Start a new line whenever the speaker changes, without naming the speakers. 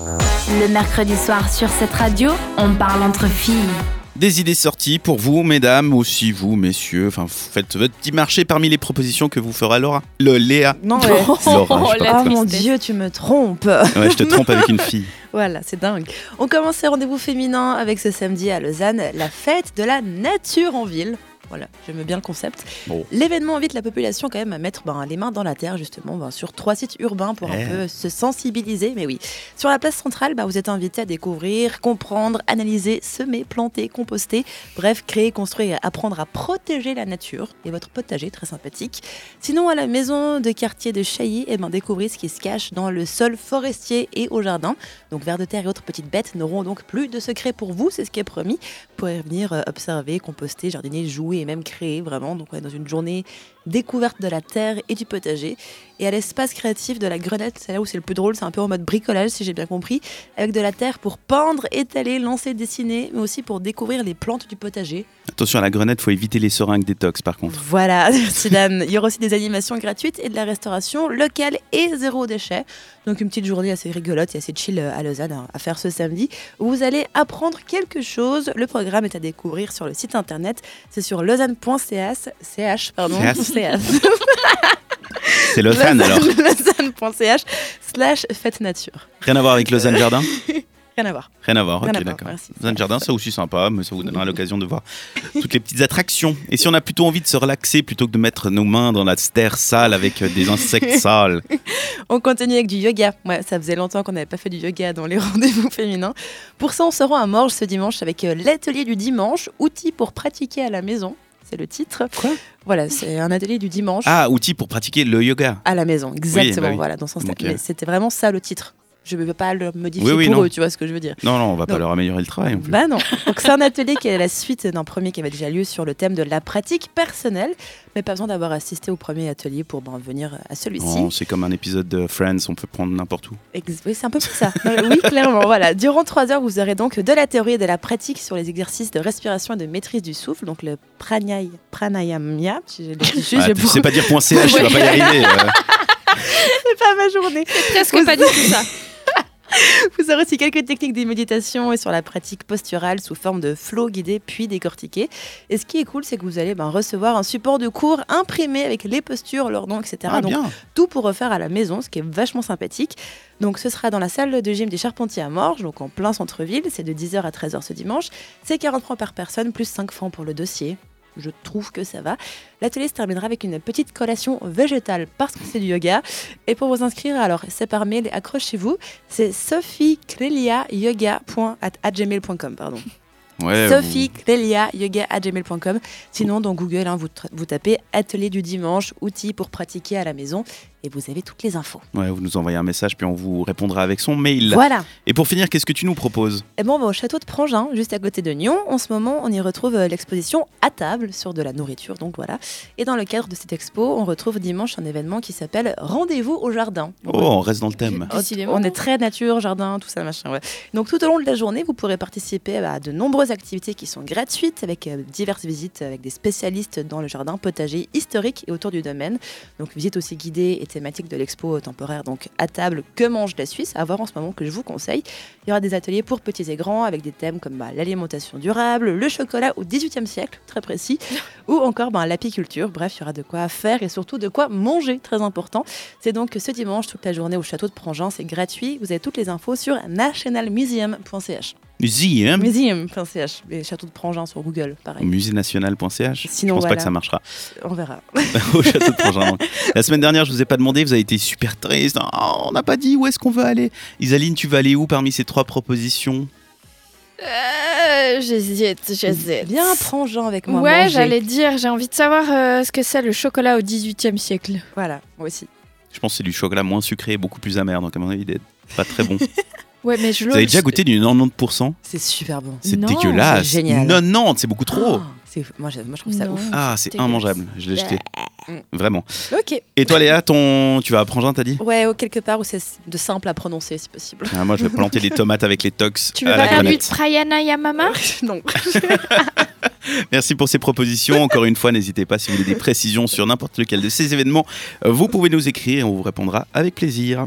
Le mercredi soir sur cette radio, on parle entre filles.
Des idées sorties pour vous, mesdames, aussi vous, messieurs. Enfin, faites votre petit marché parmi les propositions que vous fera Laura. Le Léa.
Non,
Oh,
ouais.
Laura, je sais pas
Oh
pourquoi.
mon dieu, tu me trompes.
Ouais, je te trompe avec une fille.
Voilà, c'est dingue. On commence ces rendez-vous féminins avec ce samedi à Lausanne, la fête de la nature en ville. Voilà, j'aime bien le concept.
Bon.
L'événement invite la population quand même à mettre ben, les mains dans la terre, justement, ben, sur trois sites urbains pour
Eh.
un peu se sensibiliser. Mais oui, sur la place centrale, ben, vous êtes invité à découvrir, comprendre, analyser, semer, planter, composter. Bref, créer, construire, et apprendre à protéger la nature et votre potager, très sympathique. Sinon, à la maison de quartier de Chailly, eh ben, découvrez ce qui se cache dans le sol forestier et au jardin. Donc, vers de terre et autres petites bêtes n'auront donc plus de secrets pour vous, c'est ce qui est promis. Vous pourrez venir euh, observer, composter, jardiner, jouer et même créer vraiment. Donc, on est dans une journée découverte de la terre et du potager. Et à l'espace créatif de la Grenette, c'est là où c'est le plus drôle, c'est un peu en mode bricolage, si j'ai bien compris, avec de la terre pour peindre, étaler, lancer, dessiner, mais aussi pour découvrir les plantes du potager.
Attention à la grenade, faut éviter les seringues détox par contre.
Voilà, merci Dan. Il y aura aussi des animations gratuites et de la restauration locale et zéro déchet. Donc une petite journée assez rigolote et assez chill euh, à Lausanne hein, à faire ce samedi. où Vous allez apprendre quelque chose. Le programme est à découvrir sur le site internet. C'est sur lausanne.ch. CH, pardon.
CH.
CH.
C'est Lausanne alors.
Lausanne.ch slash fête nature.
Rien à voir avec Lausanne Jardin
Rien à voir.
Rien à voir,
Rien à
ok
voir,
d'accord.
merci.
Lausanne Jardin, c'est aussi sympa, mais ça vous donnera l'occasion de voir toutes les petites attractions. Et si on a plutôt envie de se relaxer plutôt que de mettre nos mains dans la terre sale avec euh, des insectes sales
On continue avec du yoga. Ouais, ça faisait longtemps qu'on n'avait pas fait du yoga dans les rendez-vous féminins. Pour ça, on se rend à Morges ce dimanche avec euh, l'atelier du dimanche, outils pour pratiquer à la maison. C'est le titre.
Quoi
Voilà, c'est un atelier du dimanche
Ah, outils pour pratiquer le yoga.
à la maison. Exactement,
bah oui.
voilà, dans ce sens-là.
Ok.
Mais c'était vraiment ça le titre. Je ne peux pas le modifier
Oui, oui,
pour
non.
eux, tu vois ce que je veux dire.
Non, non, on va pas
Non.
leur améliorer le travail en plus.
Bah non. Donc c'est un atelier qui est la suite d'un premier qui avait déjà lieu sur le thème de la pratique personnelle, mais pas besoin d'avoir assisté au premier atelier pour ben, venir à celui-ci.
Non, c'est comme un épisode de Friends, on peut prendre n'importe où.
Ex- Oui, c'est un peu plus ça. Non, mais oui, clairement. Voilà. Durant trois heures, vous aurez donc de la théorie et de la pratique sur les exercices de respiration et de maîtrise du souffle, donc le pranay- pranayama. Si je le dis juste,
Ah,
je
tu sais
pourrais
pas dire .ch, tu vas pas y arriver. euh.
pas ma journée.
Presque pas du tout ça.
Vous aurez aussi quelques techniques de méditation et sur la pratique posturale sous forme de flow guidé puis décortiqué. Et ce qui est cool, c'est que vous allez ben, recevoir un support de cours imprimé avec les postures, leurs noms, etc.
Ah,
Donc,
bien.
tout pour refaire à la maison, ce qui est vachement sympathique. Donc ce sera dans la salle de gym des Charpentiers à Morges, donc en plein centre-ville. C'est de 10h à 13h ce dimanche. C'est 40 francs par personne, plus 5 francs pour le dossier. Je trouve que ça va. L'atelier se terminera avec une petite collation végétale parce que c'est du yoga. Et pour vous inscrire, alors c'est par mail, accrochez-vous. C'est sophiecleliayoga.gmail.com. Pardon.
Ouais,
Sophie Clélia, yoga à gmail.com. Sinon, dans Google, hein, vous, tra- vous tapez atelier du dimanche, outils pour pratiquer à la maison, et vous avez toutes les infos.
vous- ouais, vous nous envoyez un message, puis on vous répondra avec son mail.
Voilà.
Et pour finir, qu'est-ce que tu nous proposes
Et bon, on va au château de Prangin, juste à côté de Nyon. En ce moment, on y retrouve euh, l'exposition à table sur de la nourriture, donc voilà. Et dans le cadre de cette expo, on retrouve dimanche un événement qui s'appelle Rendez-vous au jardin.
Oh, on reste dans le thème.
Hot-
Décidément.
On est très nature, jardin, tout ça, machin. ouais. Donc tout au long de la journée, vous pourrez participer à de nombreuses activités qui sont gratuites, avec euh, diverses visites avec des spécialistes dans le jardin potager historique et autour du domaine. Donc visite aussi guidée et thématique de l'expo temporaire, donc à table, que mange la Suisse, à voir en ce moment que je vous conseille. Il y aura des ateliers pour petits et grands, avec des thèmes comme bah, l'alimentation durable, le chocolat au XVIIIe siècle, très précis, ou encore bah, l'apiculture. Bref, il y aura de quoi faire et surtout de quoi manger, très important. C'est donc ce dimanche toute la journée au château de Prangin, c'est gratuit. Vous avez toutes les infos sur nationalmuseum.ch.
Musée, hein
Museum.ch, les châteaux de Prangin sur Google, pareil.
Musée-national.ch. Je
Sinon,
pense pas
voilà.
que ça marchera.
On verra.
au château de Prangin. donc. La semaine dernière, je vous ai pas demandé, vous avez été super triste. Ah, on n'a pas dit où est-ce qu'on veut aller. Isaline, tu vas aller où parmi ces trois propositions
Euh, J'hésite, j'hésite.
Viens Prangin avec moi.
Ouais,
manger.
j'allais dire, j'ai envie de savoir euh, ce que c'est le chocolat au 18e siècle.
Voilà, moi aussi.
Je pense que c'est du chocolat moins sucré et beaucoup plus amer, donc à mon avis, il est pas très bon.
Ouais, mais je
vous avez déjà goûté du 90%
C'est super bon.
C'est
Non,
dégueulasse.
c'est génial.
90, c'est beaucoup trop.
Oh, c'est- moi, je, moi, je trouve ça
Non.
ouf.
Ah, c'est
Dégueulasse. Bah, eh. Mm.
immangeable. Je l'ai jeté. Vraiment.
Ok.
Et toi, Léa, ton... tu vas à Prangin, t'as dit
Ouais, ou quelque part où c'est de simple à prononcer si possible.
Ah, Moi, je vais planter des tomates avec les tox
Tu veux
à
pas
la
faire du
grenade.
Prayana Yamama
non.
Merci pour ces propositions. Encore une fois, n'hésitez pas si vous voulez des précisions sur n'importe lequel de ces événements. euh, Vous pouvez nous écrire et on vous répondra avec plaisir.